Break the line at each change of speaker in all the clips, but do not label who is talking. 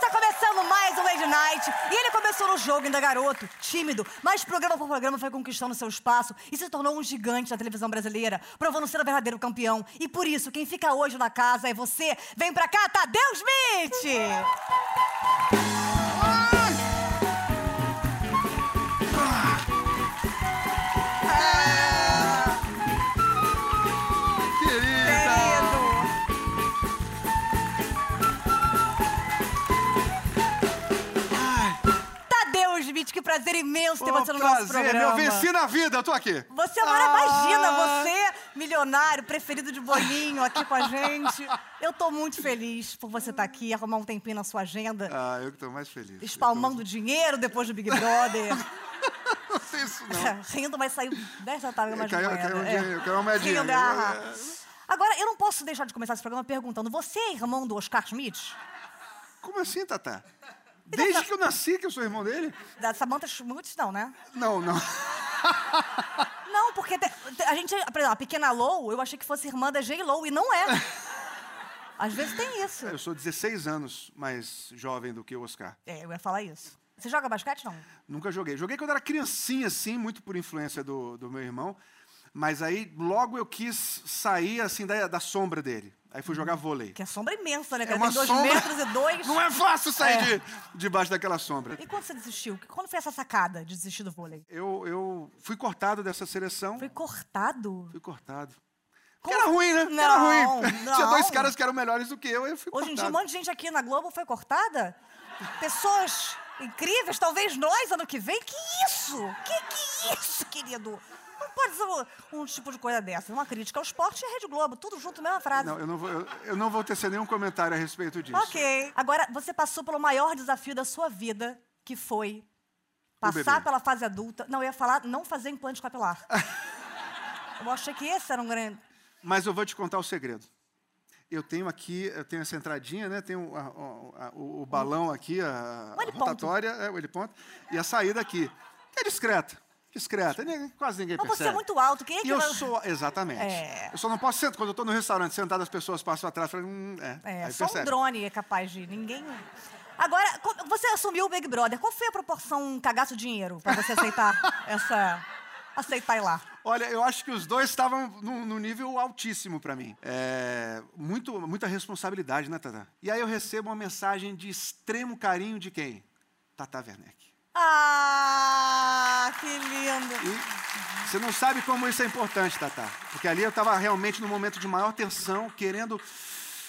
tá um Night. E ele começou no jogo, ainda garoto, tímido, mas programa por programa foi conquistando seu espaço e se tornou um gigante da televisão brasileira, provando ser o verdadeiro campeão. E por isso, quem fica hoje na casa é você. Vem pra cá, tá Tadeu Smith!
Querida!
Querido! Tadeu Smith, Tá que prazer imenso ter
Ô,
você no nosso
um prazer,
programa.
meu venci na vida, eu tô aqui.
Você agora imagina
Ah.
você, milionário, preferido de bolinho aqui com a gente. Eu tô muito feliz por você estar aqui, arrumar um tempinho na sua agenda,
Ah, eu que tô mais feliz.
espalmando dinheiro depois do Big Brother.
Eu tô- Não sei isso não.
Rindo, mas saiu dessa centavos mais de
Caiu-
moeda.
caiu um dinheiro, caiu uma moedinha.
Rindo, ah. Agora, eu não posso deixar de começar esse programa perguntando, você é irmão do Oscar Schmidt?
Como assim, Tatá? Desde que eu nasci que eu sou irmão dele?
Da Samantha Schmutz, não, né?
Não, não.
Não, porque te- te- a gente, por exemplo, a pequena Lou, eu achei que fosse irmã da J. Lou, e não é. Às vezes tem isso.
Eu sou 16 anos mais jovem do que o Oscar.
É, eu ia falar isso. Você joga basquete, não?
Nunca joguei. Joguei quando era criancinha, assim, muito por influência do, do meu irmão. Mas aí, logo eu quis sair, assim, da, da sombra dele. Aí fui jogar vôlei.
Que é sombra imensa, né?
É
Cara?
uma
Tem dois
sombra...
metros e dois.
Não é fácil sair
É.
de, debaixo daquela sombra.
E quando você desistiu? Quando foi essa sacada de desistir do vôlei?
Eu, eu fui cortado dessa seleção.
Foi cortado?
Fui cortado.
Como-
Porque era ruim, né?
Não,
era ruim. Tinha
não.
dois caras que eram melhores do que eu, eu fui
Hoje em dia, um
cortado.
monte de gente aqui na Globo foi cortada? Pessoas incríveis, talvez nós ano que vem? Que isso? Que que isso, querido? Não pode ser um, um tipo de coisa dessa. Uma crítica ao esporte e à Rede Globo, tudo junto, mesma frase.
Não, eu não, vou, eu, eu não vou tecer nenhum comentário a respeito disso.
Ok. Agora, você passou pelo maior desafio da sua vida, que foi passar
bebê.
pela fase adulta. Não, eu ia falar não fazer implante capilar. eu achei que esse era um grande.
Mas eu vou te contar o segredo. Eu tenho aqui, eu tenho essa entradinha, né? Tenho a- a- a- o, o balão aqui, a,
O
a
heliponto.
rotatória, é, o heliponto, e a saída aqui. É discreta, discreta, ninguém- quase ninguém
Mas você
percebe.
é muito alto, quem é que
E eu
vai...
sou, exatamente.
É.
Eu só não posso sentar, quando eu tô no restaurante sentado, as pessoas passam atrás e falam, hum, é.
É,
Aí
só um
percebe.
drone é capaz de. Ninguém. Agora, co- você assumiu o Big Brother. Qual foi a proporção um cagaço-dinheiro pra você aceitar essa. aceitar ir lá?
Olha, eu acho que os dois estavam num, num nível altíssimo pra mim. É, muito, muita responsabilidade, né, Tata? E aí eu recebo uma mensagem de extremo carinho de quem? Tata Werneck.
Ah, que lindo!
E você não sabe como isso é importante, Tata. Porque ali eu estava realmente num momento de maior tensão, querendo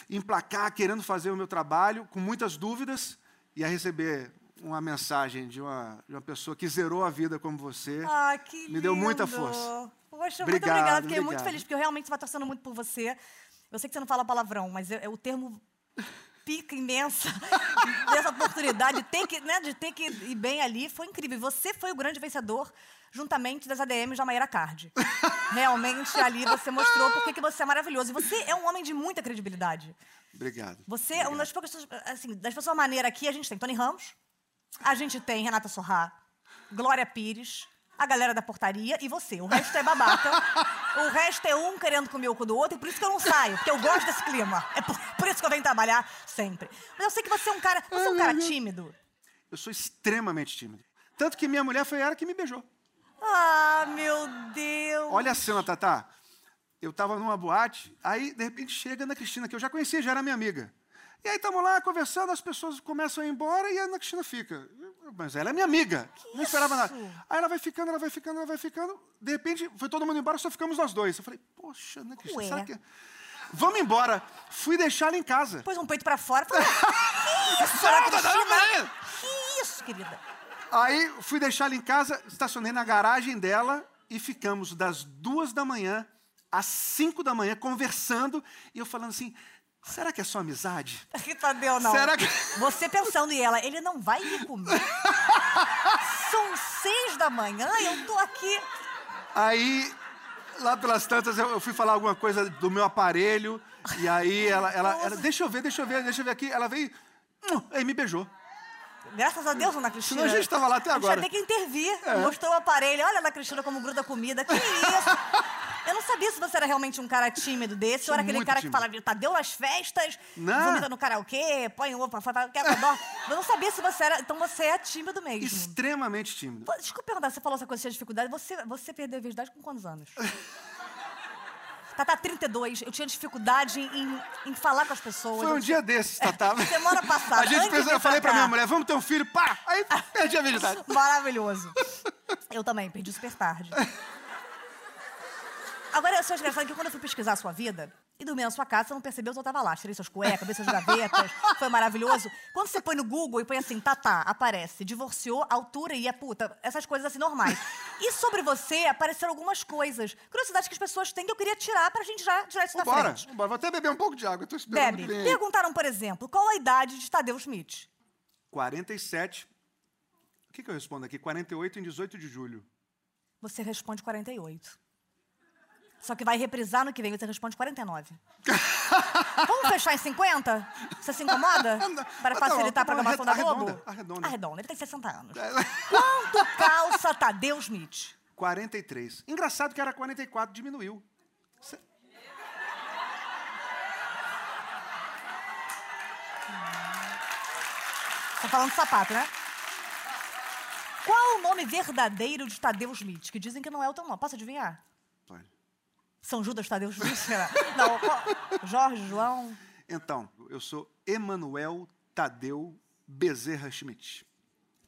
emplacar, querendo fazer o meu trabalho, com muitas dúvidas, e a receber uma mensagem de uma, de uma pessoa que zerou a vida como você.
Ah, que lindo!
Me deu muita força.
Poxa, muito
Obrigado,
obrigada. Fiquei muito
obrigado.
feliz, porque eu realmente estava torcendo muito por você. Eu sei que você não fala palavrão, mas é, é o termo pica imensa dessa oportunidade de ter, que, né, de ter que ir bem ali. Foi incrível. E Você foi o grande vencedor, juntamente das ADMs da Mayra Card. Realmente, ali você mostrou por que que você é maravilhoso. E você é um homem de muita credibilidade.
Obrigado.
Você é uma das poucas pessoas, assim, das pessoas maneiras aqui, a gente tem Tony Ramos, a gente tem Renata Sorrá, Glória Pires, a galera da portaria e você. O resto é babaca. o resto é um querendo comer o cu do outro, e por isso que eu não saio, porque eu gosto desse clima. É por, por isso que eu venho trabalhar sempre. Mas eu sei que você é um cara. Você é um cara tímido.
Eu sou extremamente tímido. Tanto que minha mulher foi ela que me beijou.
Ah, meu Deus!
Olha a cena, Tatá. Eu tava numa boate, aí de repente chega a Ana Cristina, que eu já conhecia, já era minha amiga. E aí estamos lá conversando, as pessoas começam a ir embora e a Ana Cristina fica. Mas ela é minha amiga. não esperava nada.
isso?
Aí ela vai ficando, ela vai ficando, ela vai ficando. De repente foi todo mundo embora, só ficamos nós dois. Eu falei, poxa, Ana Cristina,
Ué.
será que. é?" Vamos embora. Fui deixar ela em casa.
Pôs um peito pra fora. Falei, que isso,
Solta,
Ana Cristina?
Ana!
Que isso, querida?
Aí fui deixar ela em casa, estacionei na garagem dela e ficamos das duas da manhã às cinco da manhã conversando e eu falando assim: será que é só amizade?
Que Tadeu, Tá não.
Será que-
Você pensando e ela, ele não vai me comer? São seis da manhã e eu tô aqui.
Aí, lá pelas tantas, eu eu fui falar alguma coisa do meu aparelho e aí ela, ela, ela, deixa eu ver, deixa eu ver, deixa eu ver aqui. Ela veio e me beijou.
Graças a Deus, Ana Cristina.
Senão a gente tava lá até
A gente
agora. É.
ia ter que intervir. Mostrou o aparelho. Olha, Ana Cristina, como gruda comida. Que isso? Eu não sabia se você era realmente um cara tímido desse,
Sou
ou era aquele
muito
cara
tímido. Né?
que falava, Tadeu nas festas,
Não.
vomita no karaokê, põe ovo pra fora, quebra dó. Eu não sabia se você era. Então você é tímido mesmo.
Extremamente tímido.
Pô, Desculpa perguntar, você falou essa coisa de dificuldade. Você, você perdeu a virgindade com quantos anos? Tatá, 32. Eu tinha dificuldade em, em- em falar com as pessoas.
Foi um dia desses, Tatá.
Semana passada.
A gente
antes
pensou,
de
eu falei pra
cá.
minha mulher, vamos ter um filho, pá! Aí perdi a virgindade.
Maravilhoso. Eu também, perdi super tarde. Agora, eu sou engraçado que quando eu fui pesquisar a sua vida e dormi na sua casa, você não percebeu que eu tava lá. Tirei suas cuecas, abri suas gavetas, foi maravilhoso. Quando você põe no Google e põe assim, Tatá, aparece, divorciou, altura e é puta, essas coisas assim normais. E sobre você apareceram algumas coisas, curiosidades que as pessoas têm que eu queria tirar pra gente já tirar isso da
Bora,
frente.
bora. Vou até beber um pouco de água, eu tô esperando.
Debbie,
que venha aí.
perguntaram, por exemplo, qual a idade de Tadeu Schmidt?
47. O que, que eu respondo aqui? 48 em 18 de julho.
Você responde 48. Só que vai reprisar no que vem, você responde 49. Vamos fechar em 50? Você se incomoda?
Não, não.
Para
Ah, tá bom,
facilitar a
tá bom,
programação da
arredonda,
Globo?
arredonda. É.
Arredonda, ele tem 60 anos. Quanto calça tá? Tadeu Schmidt?
43. Engraçado que era 44, diminuiu. Cê-
Tô falando de sapato, né? Qual o nome verdadeiro de Tadeu Schmidt? Que dizem que não é o teu nome. Posso adivinhar?
Pode.
São Judas Tadeu Schmidt, será? Não, qual- Jorge, João...
Então, eu sou Emanuel Tadeu Bezerra Schmidt.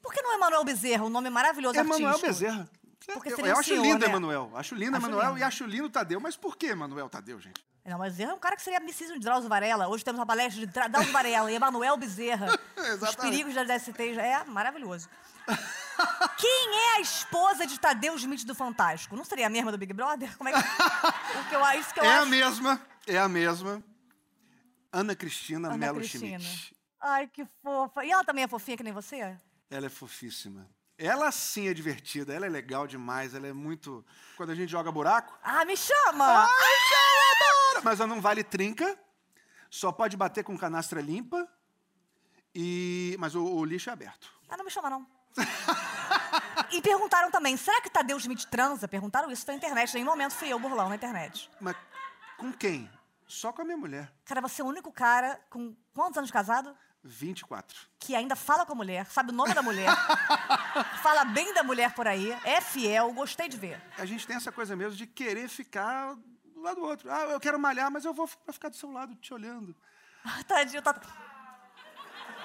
Por que não é Manuel Bezerra, um nome maravilhoso
Emanuel
artístico?
Bezerra.
Porque
eu
seria
eu
o
acho
senhor,
lindo
né?
Emanuel. Acho lindo
Acho
Emanuel
lindo.
e acho lindo Tadeu. Mas por que Emanuel Tadeu, gente?
Não, mas erro é um cara que seria Mrs. Drauzio Varela. Hoje temos a palestra de Dra- Drauzio Varela e Emanuel Bezerra. Os
Exatamente.
perigos das DSTs. É maravilhoso. Quem é a esposa de Tadeu Smith do Fantástico? Não seria a mesma do Big Brother? Como é que... o que eu, isso que eu
é a
acho.
mesma. É a mesma. Ana Cristina
Ana
Melo
Cristina.
Schmidt.
Ai, que fofa. E ela também é fofinha que nem você?
Ela é fofíssima. Ela sim é divertida, ela é legal demais, ela é muito. Quando a gente joga buraco,
Ah, me chama!
cara, mas ela não vale trinca, só pode bater com canastra limpa, e mas o, o lixo é aberto.
Ah, não me chama, não. e perguntaram também, será que Tadeu Smith transa? Perguntaram isso na internet. Em nenhum momento fui eu burlão na internet.
Mas com quem? Só com a minha mulher.
Cara, você é o único cara com quantos anos de casado?
24.
que ainda fala com a mulher, sabe o nome da mulher, fala bem da mulher por aí, é fiel, gostei de ver.
A gente tem essa coisa mesmo de querer ficar do lado do outro. Ah, eu quero malhar, mas eu vou fi- pra ficar do seu lado, te olhando.
Ah, Tadinho, tá...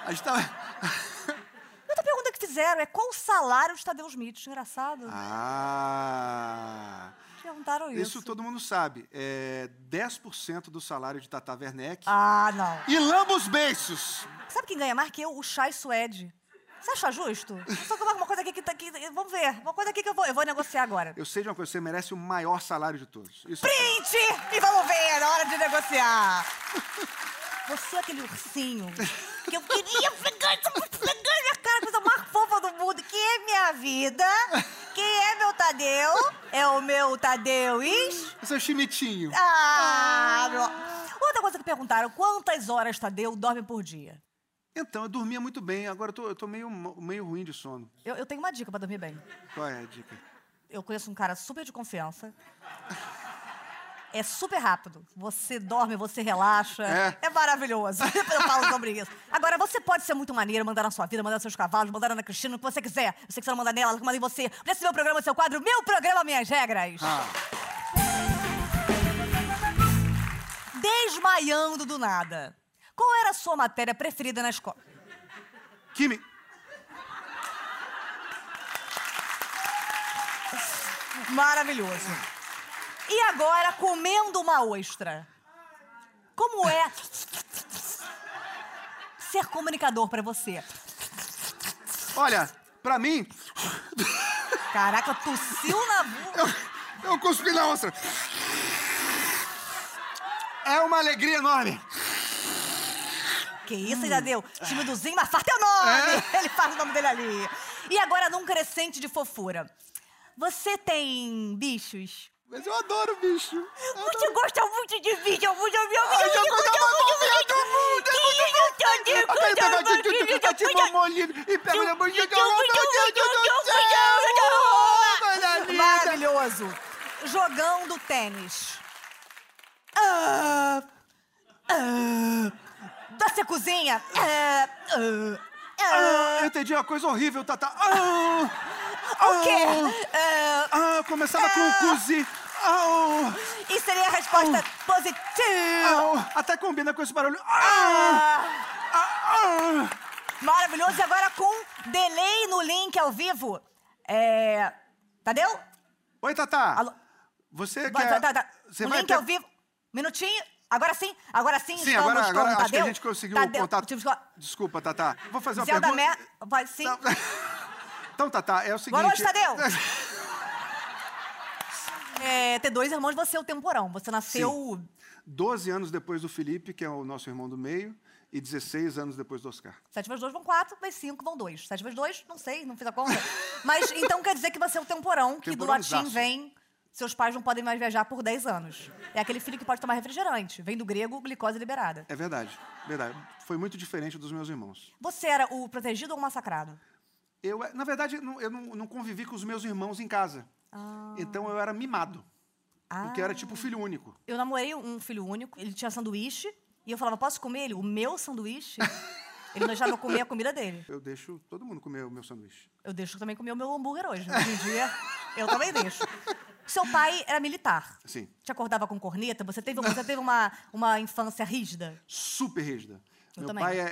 A gente tá.
Outra pergunta que fizeram é qual o salário de Tadeu Smith? Engraçado.
Ah!
Perguntaram isso.
Isso todo mundo sabe. É 10% do salário de Tata Werneck.
Ah, não.
E lamba os beiços!
Sabe quem ganha mais que eu? O Chai Suede. Você acha justo? Só que uma coisa aqui que, tá- que... Vamos ver. Uma coisa aqui que eu vou, eu vou negociar agora.
Eu sei de uma coisa, você merece o maior salário de todos. Isso é certo.
Print! E vamos ver, na hora de negociar. Você é aquele ursinho que eu queria pegar, pegar minha cara, coisa mais fofa do mundo. Quem é minha vida? Quem é meu Tadeu? É o meu Tadeu is?
Esse é o chimitinho.
Ah, meu- Outra coisa que perguntaram, quantas horas Tadeu dorme por dia?
Então, eu dormia muito bem, agora eu tô, eu tô meio, mo- meio ruim de sono.
Eu, eu tenho uma dica pra dormir bem.
Qual é a dica?
Eu conheço um cara super de confiança. É super rápido. Você dorme, você relaxa.
É.
É, maravilhoso. Depois eu falo sobre isso. Agora, você pode ser muito maneiro, mandar na sua vida, mandar nos seus cavalos, mandar na Ana Cristina, o que você quiser. Eu sei que você não manda nela, ela que manda em você. Mas Esse é meu programa, seu quadro, meu programa, minhas regras.
Ah,
Desmaiando do nada. Qual era a sua matéria preferida na escola?
Kimi,
Maravilhoso. E agora, comendo uma ostra. Como é ser comunicador pra você?
olha, pra mim,
Caraca, tossiu na boca.
eu, eu cuspi na ostra. É uma alegria enorme.
Que isso, já deu. Timidozinho, mas faz teu nome. Ele faz o nome dele ali. E agora, num crescente de fofura. Você tem bichos?
Mas eu adoro, bicho.
Você gosta muito de bicho, eu muito, eu muito, eu
Ai,
muito,
já
eu muito,
coisa mais fofinha do mundo, é
eu muito,
Aquele
eu um
pegadinho, tio, tio, tio, tio,
muito,
mamolino, um e pega na bochecha, meu Deus do céu! Coisa linda.
Maravilhoso. jogando tênis. Ah, ah, você cozinha? Ah, ah, ah.
Ah, eu entendi uma coisa horrível, Tata. Ah,
O quê? É. Ah,
Ah, eu começava com cozi. Ah,
isso seria a resposta positiva.
ah, até combina com esse barulho. Ah, ah, ah.
Maravilhoso. E agora com delay no link ao vivo. É. Tadeu?
Oi, Tata.
Alô?
Você
Vai,
quer...
vai, vai, vai.
Você
o
vai
link
ter-
ao vivo. Minutinho. Agora sim, agora sim,
Sim,
estamos tá
agora,
com
agora
o
acho que a
Tadeu.
gente conseguiu
Tadeu,
o contato.
tive que-
Desculpa, Tata. Vou fazer uma
Zelda
pergunta.
Mer... Vai, sim.
Não. Então, Tata, é o seguinte...
Boa noite, Tadeu. É, ter dois irmãos, você é o temporão. Você nasceu...
12 anos depois do Felipe, que é o nosso irmão do meio, e 16 anos depois do Oscar.
Sete vezes dois vão quatro, mais cinco vão dois. Sete vezes dois, não sei, não fiz a conta. Mas então quer dizer que você é o temporão, que do
Temporãozaço.
latim vem... Seus pais não podem mais viajar por 10 anos. É aquele filho que pode tomar refrigerante. Vem do grego, glicose liberada.
É verdade, verdade. Foi muito diferente dos meus irmãos.
Você era o protegido ou o massacrado?
Eu, eh, na verdade, não- eu não, não convivi com os meus irmãos em casa.
Ah.
Então, eu era mimado. Porque eu era tipo filho único.
Eu namorei um filho único, ele tinha sanduíche, e eu falava, posso comer ele? O meu sanduíche? Ele não deixava eu comer a comida dele.
Eu deixo todo mundo comer o meu sanduíche.
Eu deixo também comer o meu hambúrguer hoje. Hoje em dia, eu também deixo. Seu pai era militar.
Sim.
Te acordava com corneta? Você teve, você teve uma, uma infância rígida?
Super rígida.
Eu
meu
também.
pai é-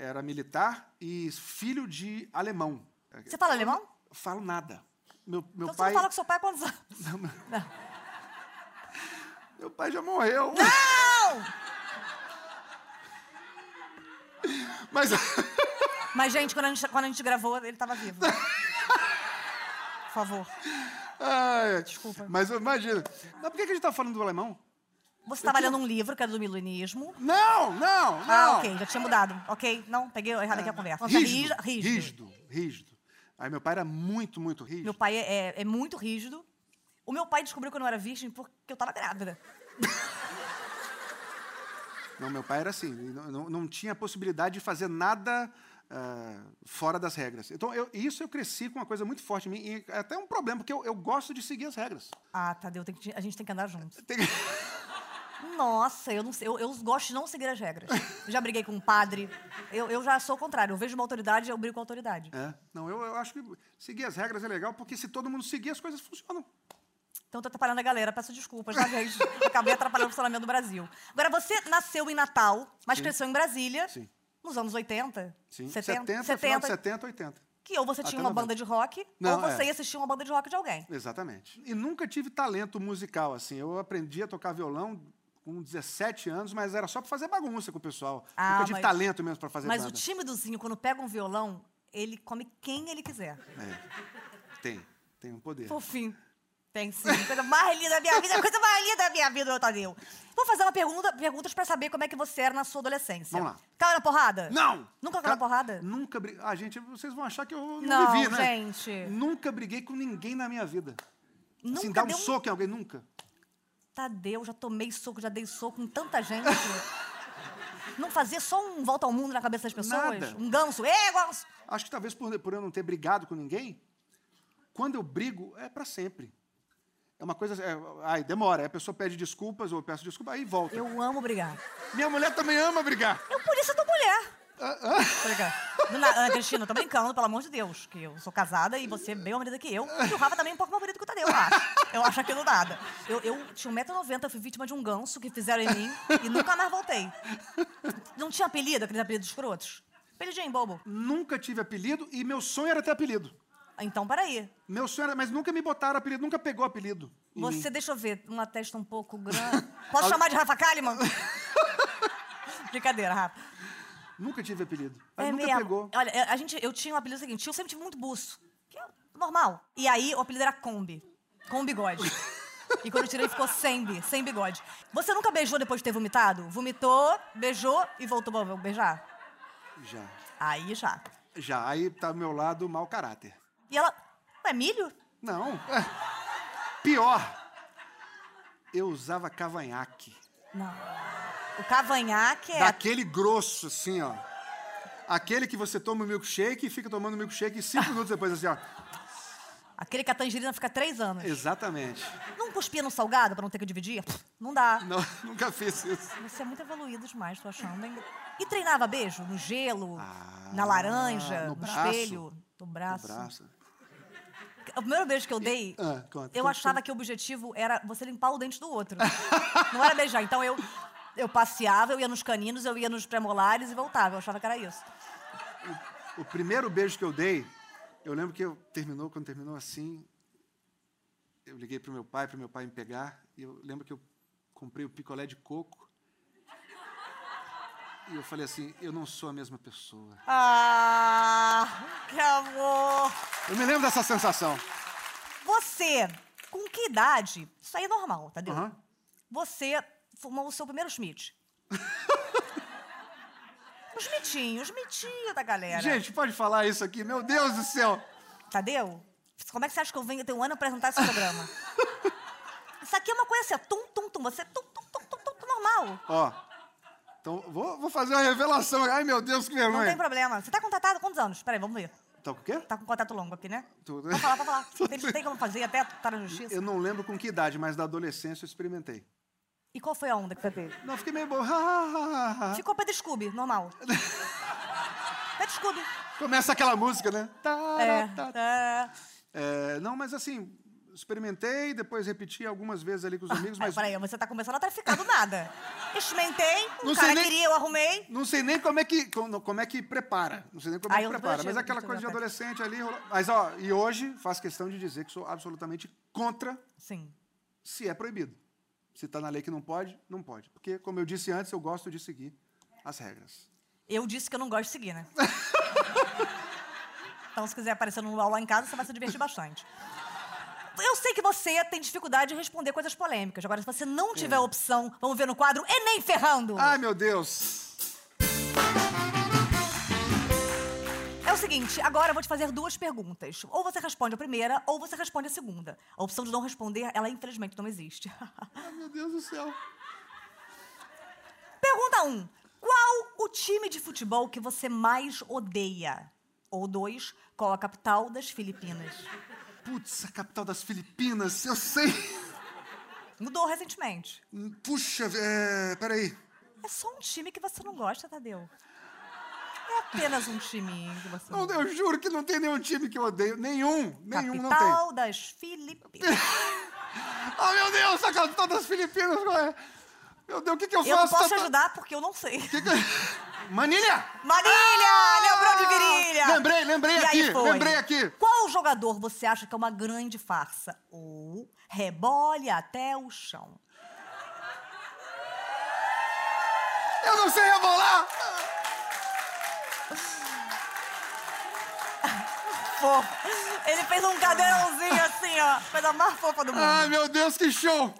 é- era militar e filho de alemão.
Você fala alemão?
Falo nada. Meu, meu
então
pai.
você não fala com seu pai há quantos anos?
Meu pai já morreu.
Não!
Mas.
Mas, gente, quando a gente, quando a gente gravou, ele tava vivo. Por favor.
Ai,
Desculpa.
Mas imagina. Mas por que que a gente tá falando do alemão?
Você tava lendo um livro que era do milenismo.
Não, não, não.
Ah, ok, já tinha mudado. Ok, não, peguei errado aqui a conversa.
Rígido,
Rígida-
rígido. Rígido, Aí meu pai era muito, muito rígido.
Meu pai é, é- é muito rígido. O meu pai descobriu que eu não era virgem porque eu tava grávida.
Não, meu pai era assim. ele Não, não, não tinha possibilidade de fazer nada ah, fora das regras. Então, eu- isso eu cresci com uma coisa muito forte em mim. E é até um problema, porque eu, eu gosto de seguir as regras.
Ah, Tadeu, tem que- a gente tem que andar junto.
Tem-
Nossa, eu não sei. Eu, eu gosto de não seguir as regras. Eu já briguei com um padre. Eu, eu já sou o contrário. Eu vejo uma autoridade, eu brigo com a autoridade.
É. Não, eu, eu acho que seguir as regras é legal, porque se todo mundo seguir, as coisas funcionam.
Então tô atrapalhando a galera, peço desculpas, tá, gente? Acabei atrapalhando o funcionamento do Brasil. Agora, você nasceu em Natal, mas cresceu em Brasília.
Sim.
Nos anos 80?
Sim.
70?
70, final de 70, 80.
Que ou você tinha
Até
uma
90.
banda de rock, ou
Não,
você
é.
ia assistir uma banda de rock de alguém.
Exatamente. E nunca tive talento musical, assim. Eu aprendi a tocar violão com 17 anos, mas era só pra fazer bagunça com o pessoal.
Ah,
nunca tive
mas-
talento mesmo pra fazer
Mas o
banda.
tímidozinho, quando pega um violão, ele come quem ele quiser.
É. Tem, tem um poder.
Por fim. Tem sim. Coisa mais linda da minha vida, coisa mais linda da minha vida, meu Tadeu. Vou fazer uma pergunta, perguntas pra saber como é que você era na sua adolescência.
Vamos lá.
Caiu na porrada?
Não!
Nunca caiu na
Ca-
porrada?
Nunca briguei. Ah, gente, vocês vão achar que eu não,
Não,
vivi, né?
gente.
Nunca briguei com ninguém na minha vida. assim,
Nunca
dar um
deu um-
soco em alguém, nunca.
Tadeu, já tomei soco, já dei soco em tanta gente. Não fazia só um volta ao mundo na cabeça das pessoas?
Nada.
Um ganso. Ê, ganso!
Acho que talvez por, por eu não ter brigado com ninguém, quando eu brigo, é pra sempre. É uma coisa. É, ai, demora. Aí a pessoa pede desculpas, ou eu peço desculpa, aí volta.
Eu amo brigar.
Minha mulher também ama brigar.
Eu, Então, por isso, eu tô mulher. Tô brincando. Do na- Ana Cristina, eu tô brincando, pelo amor de Deus, que eu sou casada e você é bem mais bonita que eu. E o Rafa também é um pouco mais bonito que o Tadeu, eu acho. Eu acho aquilo nada. Eu, eu tinha 1,90m, fui vítima de um ganso que fizeram em mim e nunca mais voltei. Não tinha apelido, aqueles apelidos escrotos? Apelidinho, bobo.
Nunca tive apelido e meu sonho era ter apelido.
Então, peraí.
Meu sonho era, mas nunca me botaram apelido, nunca pegou apelido. em mim.
Você, deixa eu ver, uma testa um pouco grande. Posso chamar de Rafa Kalimann? Brincadeira, Rafa.
Nunca tive apelido. Aí
é
nunca
mesmo.
pegou.
Olha, eu- a gente, eu tinha um apelido seguinte, eu sempre tive muito buço, que é normal. E aí o apelido era Kombi, com bigode. E quando eu tirei ficou sem bi, sem bigode. Você nunca beijou depois de ter vomitado? Vomitou, beijou e voltou pra beijar?
Já.
Aí já.
Já. Aí tá do meu lado mau caráter.
E ela, ué, milho?
Não. É. Pior. Eu usava cavanhaque.
Não. O cavanhaque é...
Daquele grosso, assim, ó.
Ah.
Aquele que você toma o milkshake e fica tomando milkshake e cinco minutos depois, assim, ó.
Aquele que a tangerina fica três anos.
Exatamente.
Não cuspia no salgado pra não ter que dividir? Pff, Não dá.
Não, nunca fiz isso.
Você é muito evoluído demais, tô achando, hein? E treinava beijo? No gelo? na laranja?
Ah, no
No,
braço.
espelho? No braço.
Braço.
O primeiro beijo que eu dei,
Ah, conta.
eu achava que o objetivo era você limpar o dente do outro. Não era beijar. Então eu, eu passeava, eu ia nos caninos, eu ia nos premolares e voltava. Eu achava que era isso.
O primeiro beijo que eu dei, eu lembro que eu terminou, quando terminou assim, eu liguei para o meu pai, para meu pai me pegar, e eu lembro que eu comprei o picolé de coco. E eu falei assim, eu não sou a mesma pessoa.
Ah, que amor!
Eu me lembro dessa sensação.
Você, com que idade? Isso aí é normal, Tadeu.
Aham.
Você fumou o seu primeiro Schmidt. os mitinhos, os mitinhos da galera.
Gente, pode falar isso aqui, meu Deus do céu.
Tadeu, como é que você acha que eu venho ter um ano pra apresentar esse programa? Isso aqui é uma coisa assim, ó, tum, tum, tum. Você é tum, tum, tum, tum, tum, tum, normal.
Ó, então vou, vou fazer uma revelação. Ai, meu Deus, que vergonha.
Não tem problema. Você tá contratado há quantos anos? Peraí, vamos ver.
Tá com o quê?
Tá com contrato longo aqui, né?
Tudo.
Pode falar, pode falar. Tem, tem como fazer até estar na justiça?
Eu não lembro com que idade, mas na adolescência eu experimentei.
E qual foi a onda que você teve?
Não, eu fiquei meio bobo. Ha, ha, ha, ha, ha.
Ficou Pedro Scooby, normal. Pedro Scooby.
Começa aquela música, né? Tá,
É,
tá, tá.
é.
É, não, mas assim, experimentei, depois repeti algumas vezes ali com os amigos,
Mas...
mas
Peraí, você tá começando a traficar do nada. Experimentei,
Não
um
sei
cara
nem-
queria, eu arrumei.
não sei nem como é que, como, como é que prepara. Não sei nem como
Ah,
é que
eu não
prepara.
tô
Mas
achando,
aquela
tô
coisa de
achando.
adolescente ali. rolou. Mas ó, e hoje faço questão de dizer que sou absolutamente contra
Sim.
se é proibido. Se tá na lei que não pode, não pode. Porque, como eu disse antes, eu gosto de seguir as regras.
Eu disse que eu não gosto de seguir, né? então, se quiser aparecer num aula lá em casa, você vai se divertir bastante. Eu sei que você tem dificuldade em responder coisas polêmicas. Agora, se você não tiver
Hum.
opção, vamos ver no quadro Enem Ferrando.
Ai, meu Deus!
É o seguinte, agora eu vou te fazer duas perguntas. Ou você responde a primeira, ou você responde a segunda. A opção de não responder, ela infelizmente não existe.
Ai, meu Deus do céu!
Pergunta 1. Um, qual o time de futebol que você mais odeia? Ou dois, qual a capital das Filipinas?
Putz, a capital das Filipinas, eu sei!
Mudou recentemente.
Puxa, é, peraí.
É só um time que você não gosta, Tadeu. É apenas um time que você
Não,
não
eu juro que não tem nenhum time que eu odeio. Nenhum, nenhum não tem.
Capital das Filipinas.
Oh, meu Deus, a capital das Filipinas, qual é? Meu Deus, o que, que eu
Eu não
faço?
posso
Tata?
ajudar porque eu não sei.
Manilha!
Marília! Lembrou é de virilha!
Ah! Lembrei, lembrei
E aí
aqui,
foi.
lembrei aqui.
Qual jogador você acha que é uma grande farsa? Ou rebole até o chão?
Eu não sei rebolar!
fofo. Ele fez um cadeirãozinho assim, ó. Coisa mais fofa do mundo.
Ai, meu Deus, que show!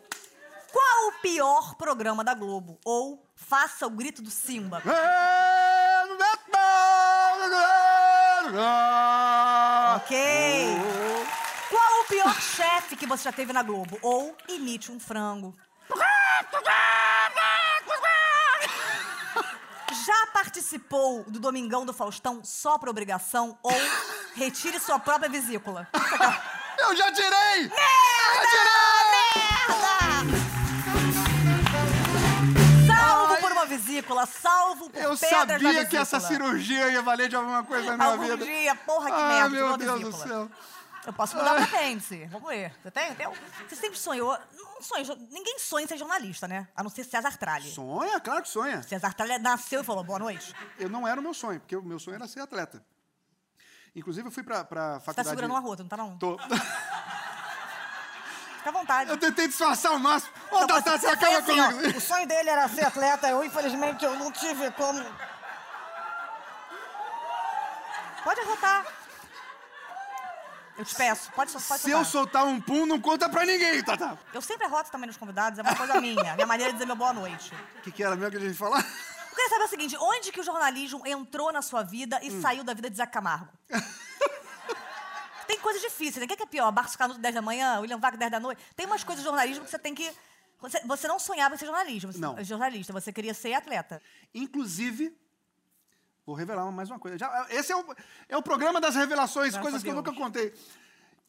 Qual o pior programa da Globo? Ou Faça o Grito do Simba. Ok. Qual o pior chefe que você já teve na Globo? Ou Imite um Frango. Já participou do Domingão do Faustão só por obrigação? Ou retire sua própria vesícula?
Eu já tirei! Já tirei!
Salvo por uma vesícula, salvo por
Eu
pedras da
sabia que
vesícula.
essa cirurgia ia valer de alguma coisa na minha
Algum
vida.
dia, porra, que
Ai,
merda,
meu
tirou a
Deus do
vesícula.
céu.
Eu posso mudar pra apêndice. Vamos ver. Você tem? tem? um- Você sempre sonhou. Não sonha, jo- ninguém sonha em ser jornalista, né? A não ser César Tralli.
Sonha? Claro que sonha.
César Tralli nasceu e falou boa noite. Tá Você
Eu não era o meu sonho, porque o meu sonho era ser atleta. Inclusive, eu fui pra, pra
tá
faculdade...
segurando uma rota, não tá não?
Tô.
Fica à vontade.
Eu tentei disfarçar o máximo. Ô,
Então,
Tatá,
você-
você
você foi
acaba
assim, ó,
comigo.
o sonho dele era ser atleta, eu infelizmente eu não tive como. Pode arrotar. Eu te peço, pode, pode
Se eu
soltar.
soltar um pum, não conta pra ninguém, Tatá.
Eu sempre arroto também nos convidados, é uma coisa minha. Minha maneira de dizer meu boa noite.
O que, que era mesmo que a gente falava?
Eu queria saber o seguinte: onde que o jornalismo entrou na sua vida e
Hum.
saiu da vida de Zé Camargo? tem coisas difíceis, né? O que é que é pior? Barço Canuto 10 da manhã, William Vaca 10 da noite? Tem umas coisas de jornalismo que você tem que. Você, você não sonhava em ser jornalismo,
Não.
eh, jornalista, você queria ser atleta.
Inclusive, vou revelar mais uma coisa. Já- esse é o, é o programa das revelações,
Graças
coisas
a
que eu
Deus.
nunca contei.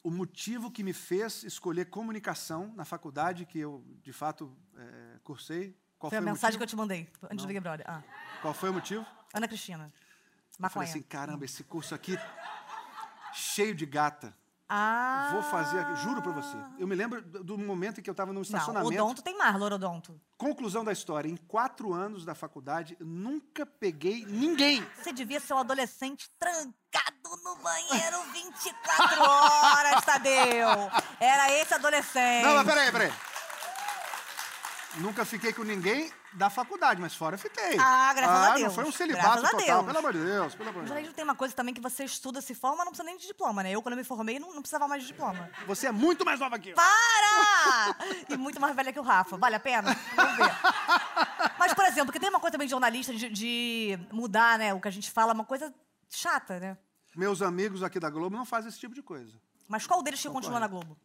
o motivo que me fez escolher comunicação na faculdade, que eu, de fato, é, cursei. Qual
Foi
foi,
a
o
mensagem que
motivo?
eu te mandei antes do
Não.
Big Brother. Ah,
Qual foi o motivo?
Ana Cristina.
Eu falei
Maconha.
assim, caramba, esse curso aqui cheio de gata.
ah.
Vou fazer, aqui, juro pra você. Eu me lembro do do momento em que eu estava num
Não,
estacionamento.
odonto tem mais, lorodonto.
Conclusão da história, em quatro anos da faculdade, eu nunca peguei ninguém.
Você devia ser um adolescente trancado no banheiro 24 horas, Tadeu. Era esse adolescente.
Não, mas peraí, peraí. Nunca fiquei com ninguém da faculdade, mas fora fiquei.
Ah, graças
ah,
a Deus.
não foi um celibato
Graças a
total,
Deus.
pelo amor de Deus. Pelo amor de
Mas aí
Deus.
tem uma coisa também que você estuda, se forma, não precisa nem de diploma, né? Eu, quando eu me formei, não, não precisava mais de diploma.
Você é muito mais nova que eu.
Para! E muito mais velha que o Rafa. Vale a pena? Vamos ver. Mas, por exemplo, porque tem uma coisa também de jornalista de, de mudar, né? O que a gente fala, uma coisa chata, né?
Meus amigos aqui da Globo não fazem esse tipo de coisa.
Mas qual deles que continua na Globo?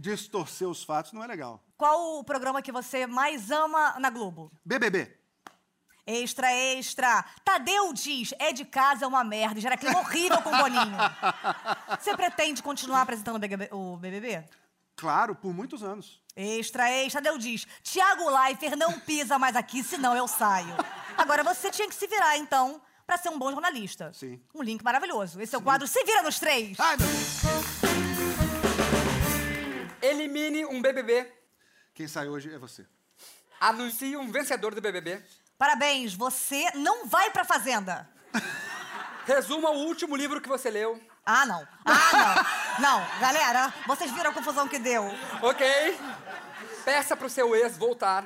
Distorcer os fatos não é legal.
Qual o programa que você mais ama na Globo?
BBB.
Extra, extra. Tadeu diz, é de casa é uma merda. e Gera clima horrível com o Boninho. Você pretende continuar apresentando o BBB o BBB?
Claro, por muitos anos.
Extra, extra. Tadeu diz, Tiago Leifert não pisa mais aqui, senão eu saio. Agora você tinha que se virar, então, pra ser um bom jornalista.
Sim.
Um link maravilhoso. Esse é o quadro Se Vira nos Três.
Ai, meu Deus.
Elimine um BBB.
Quem sai hoje é você.
Anuncie um vencedor do BBB.
Parabéns, você não vai pra Fazenda.
Resuma o último livro que você leu.
Ah, não. Ah, não. Não, galera, vocês viram a confusão que deu.
Ok? Peça pro seu ex voltar.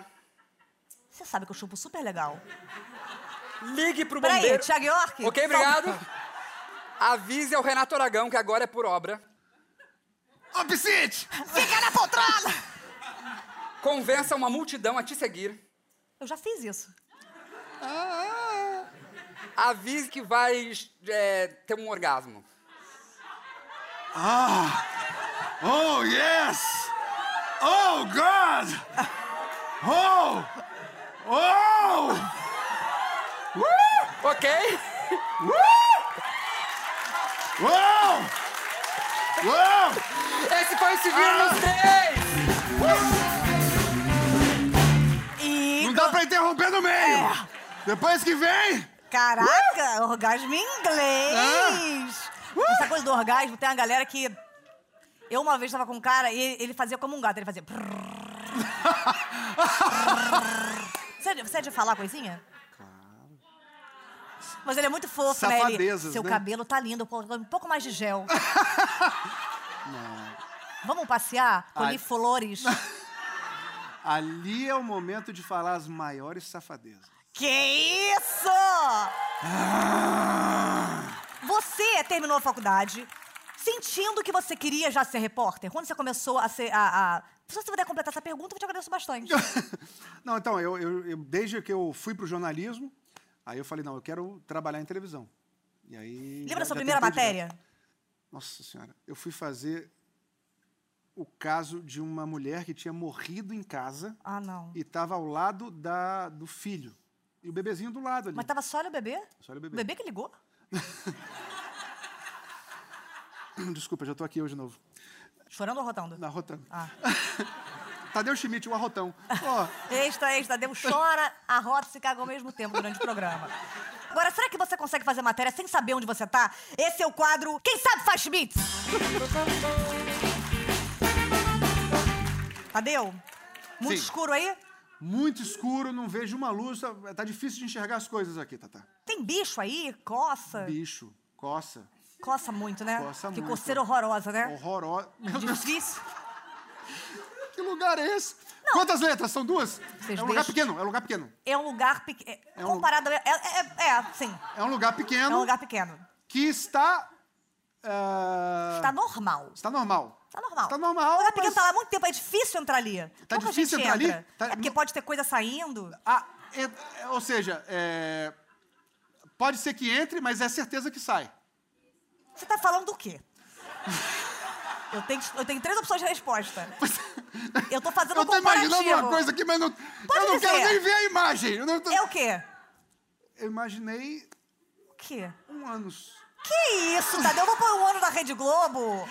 Você sabe que eu chupo super legal.
Ligue pro
Peraí,
bombeiro.
Thiago York?
Ok,
Só- um
obrigado. Avise ao Renato Aragão que agora é por obra.
Ô, Piscite!
Fica na poltrona!
Convença uma multidão a te seguir.
Eu já fiz isso.
Avise que vai é, ter um orgasmo.
Ah! Oh, yes! Oh, God! Oh! Oh! Uh!
Ok?
Uh! Uou! Uou!
Esse foi o Se Vira nos Três!
E.
Não dá pra interromper no meio! Depois que vem,
Caraca, orgasmo em inglês!
Ah. Uh!
Essa coisa do orgasmo, tem uma galera que. Eu uma vez tava com um cara e ele- ele fazia como um gato, ele fazia. você, é de- você é de falar coisinha? Claro. Mas ele é muito fofo, né? Ele,
Safadezas,
seu
né?
cabelo tá lindo, pô, um pouco mais de gel. Vamos passear? Colhi
Ai.
flores.
ali é o momento de falar as maiores safadezas.
Que isso!
Ah!
Você terminou a faculdade sentindo que você queria já ser repórter? Quando você começou a ser. A, a... Se você puder completar essa pergunta, eu te agradeço bastante.
Não, então, eu, eu- eu- desde que eu fui pro jornalismo, aí eu falei, não, eu quero trabalhar em televisão. E aí...
Lembra
já-
da sua
já
primeira
tentei direto.
matéria?
Nossa senhora, eu fui fazer o caso de uma mulher que tinha morrido em casa
Ah, não.
e estava ao lado da, do filho. E o bebezinho do lado ali.
Mas tava só olha o bebê?
Só olha o
O
bebê.
bebê que ligou?
Hum, Desculpa, já tô aqui hoje de novo.
Chorando ou rotando?
Na rotando.
Ah.
Tadeu Schmidt, o arrotão. Ó,
Extra, extra, Deus um chora, arrota e se caga ao mesmo tempo durante o programa. Agora, será que você consegue fazer matéria sem saber onde você tá? Esse é o quadro Quem Sabe Faz Schmitz? Tadeu, muito
Sim.
escuro aí?
muito escuro, não vejo uma luz. Tá, tá difícil de enxergar as coisas aqui, Tata.
Tem bicho aí? Coça?
Bicho, coça,
Coça muito, né?
Coça
que
muito. Oh.
coceira horrorosa, né?
horrorosa. Meu Deus,
Difícil.
que lugar é esse? Quantas letras? São duas?
Vocês
é um lugar
deixam-
pequeno, é um lugar pequeno.
É um lugar pequeno.
É um-
Comparado a. É, é, é, sim.
É um lugar pequeno
É um lugar pequeno.
que está... ah,
Tá normal.
Está normal.
Tá normal.
Tá normal.
Agora, porque
mas-
tá lá há muito tempo, é difícil entrar ali.
Tá
Pouca
difícil
gente
entrar ali?
entra.
Tá-
É porque pode ter coisa saindo.
Ah, en- ou seja, é, pode ser que entre, mas é certeza que sai.
Você tá falando do quê? Eu tenho, eu tenho três opções de resposta. Eu tô fazendo
Eu
um
tô imaginando
comparativo.
uma coisa aqui, mas não,
Pode
eu não
dizer.
quero nem ver a imagem. Eu, não tô-
É o quê?
Eu imaginei
O quê?
um ânus.
Que isso, Tadeu? Eu vou pôr um ano na Rede Globo.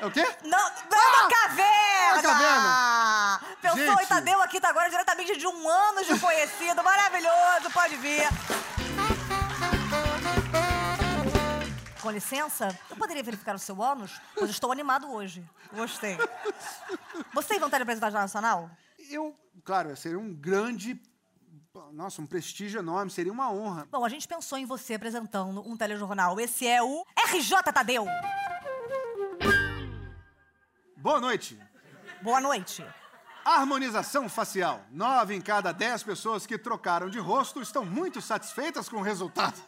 É o quê?
Não, não na caverna!
na caverna.
Pensou
Gente.
e Tadeu aqui tá agora diretamente de um ano de conhecido, maravilhoso, pode vir. Com licença, eu poderia verificar o seu ônus? Pois estou animado hoje. Gostei. Você tem vontade de apresentar o Jornal Nacional?
Eu, claro, seria um grande. Nossa, um prestígio enorme, seria uma honra.
Bom, a gente pensou em você apresentando um telejornal. Esse é o RJ Tadeu.
Boa noite.
Boa noite.
Harmonização facial. Nove em cada dez pessoas que trocaram de rosto estão muito satisfeitas com o resultado.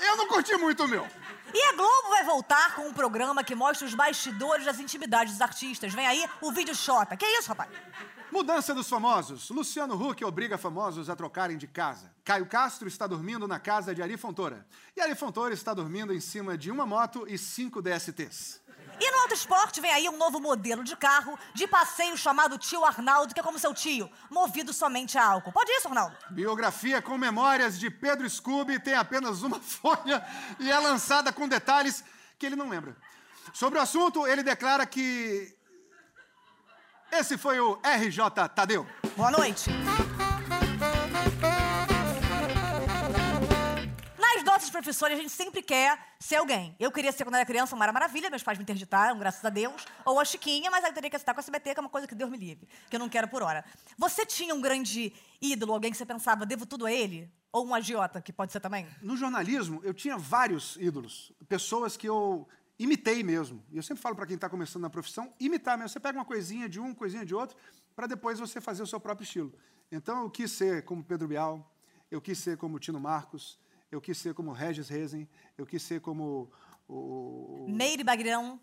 Eu não curti muito o meu.
E a Globo vai voltar com um programa que mostra os bastidores das intimidades dos artistas. Vem aí o vídeo Xota. Que isso, rapaz?
Mudança dos famosos. Luciano Huck obriga famosos a trocarem de casa. Caio Castro está dormindo na casa de Ari Fontoura. E Ari Fontoura está dormindo em cima de uma moto e cinco DSTs.
E no Auto Esporte vem aí um novo modelo de carro de passeio chamado Tio Arnaldo, que é como seu tio, movido somente a álcool. Pode isso, Arnaldo?
Biografia com memórias de Pedro Scooby tem apenas uma folha e é lançada com detalhes que ele não lembra. Sobre o assunto, ele declara que. Esse foi o RJ Tadeu.
Boa noite. Nas nossas profissões, a gente sempre quer ser alguém. Eu queria ser, quando era criança, uma Mara Maravilha, meus pais me interditaram, graças a Deus. Ou a Chiquinha, mas aí eu teria que acertar com a SBT, que é uma coisa que Deus me livre, que eu não quero por hora. Você tinha um grande ídolo, alguém que você pensava, devo tudo a ele? Ou um agiota, que pode ser também?
No jornalismo, eu tinha vários ídolos, pessoas que eu imitei mesmo. E eu sempre falo para quem está começando na profissão, imitar mesmo. Você pega uma coisinha de um, coisinha de outro, para depois você fazer o seu próprio estilo. Então, eu quis ser como Pedro Bial, eu quis ser como Tino Marcos, eu quis ser como Regis Rezen, eu quis ser como o...
Meire Bagrão.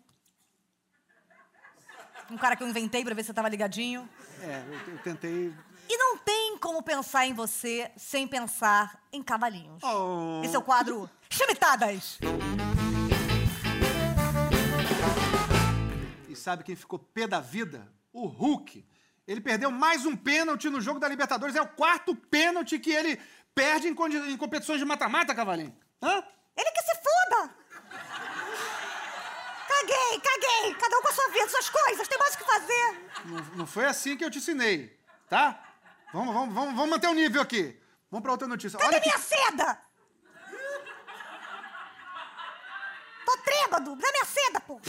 Um cara que eu inventei pra ver se você tava ligadinho.
É, eu, eu tentei...
E não tem como pensar em você sem pensar em cavalinhos.
Oh.
Esse é o quadro Chimitadas.
E sabe quem ficou pé da vida? O Hulk. Ele perdeu mais um pênalti no jogo da Libertadores. É o quarto pênalti que ele perde em, condi- em competições de mata-mata, Cavalinho. Hã?
Ele que se foda! Caguei, caguei! Cada um com a sua vida, suas coisas, tem mais o que fazer.
Não, não foi assim que eu te ensinei, tá? Vamos, vamos, vamos, vamos manter o nível aqui. Vamos pra outra notícia.
Cadê
Olha que...
minha seda? Tô trêbado, dá minha seda, pô!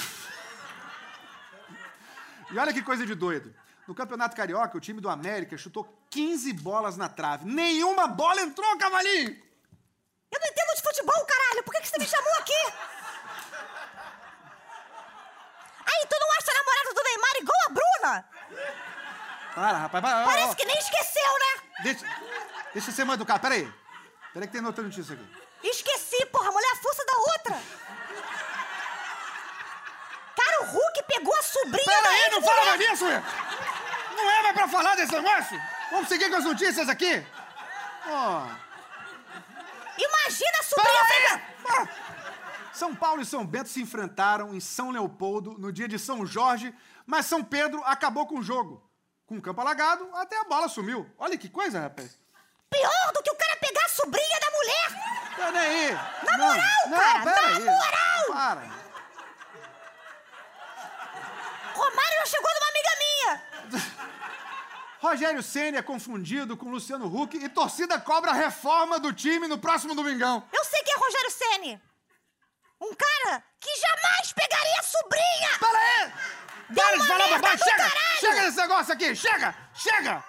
E olha que coisa de doido. No Campeonato Carioca, o time do América chutou 15 bolas na trave. Nenhuma bola entrou, Cavalinho!
Eu não entendo de futebol, caralho! Por que, que você me chamou aqui? Aí, tu não acha a namorada do Neymar igual a Bruna?
Para, rapaz. Para,
Parece que nem esqueceu, né?
Deixa, deixa eu ser mais educado. Pera aí. Pera aí que tem outra notícia aqui.
Esqueci, porra, a mulher fuça da outra! Cara, o Hulk pegou a sobrinha
Pera
da
aí, não fala
ex-mulher.
mais disso! Will. Não é mais pra falar desse negócio? Vamos seguir com as notícias aqui? Ó.
Imagina a sobrinha
Pera aí!
fazendo...
Ah! São Paulo e São Bento se enfrentaram em São Leopoldo no dia de São Jorge, mas São Pedro acabou com o jogo. Com o campo alagado, até a bola sumiu. Olha que coisa, rapaz.
Pior do que o cara pegar a sobrinha da mulher!
Pera Tá aí.
Na moral, cara,
pera
na
aí.
moral!
Para.
Romário já chegou numa amiga minha!
Rogério Senna é confundido com Luciano Huck e torcida cobra a reforma do time no próximo domingão.
Eu sei quem é Rogério Ceni. Um cara que jamais pegaria a sobrinha!
Pera aí!
Deu
Para de
uma
falar
merda
bobagem!
do
Chega!
caralho!
Chega desse negócio aqui! Chega! Chega!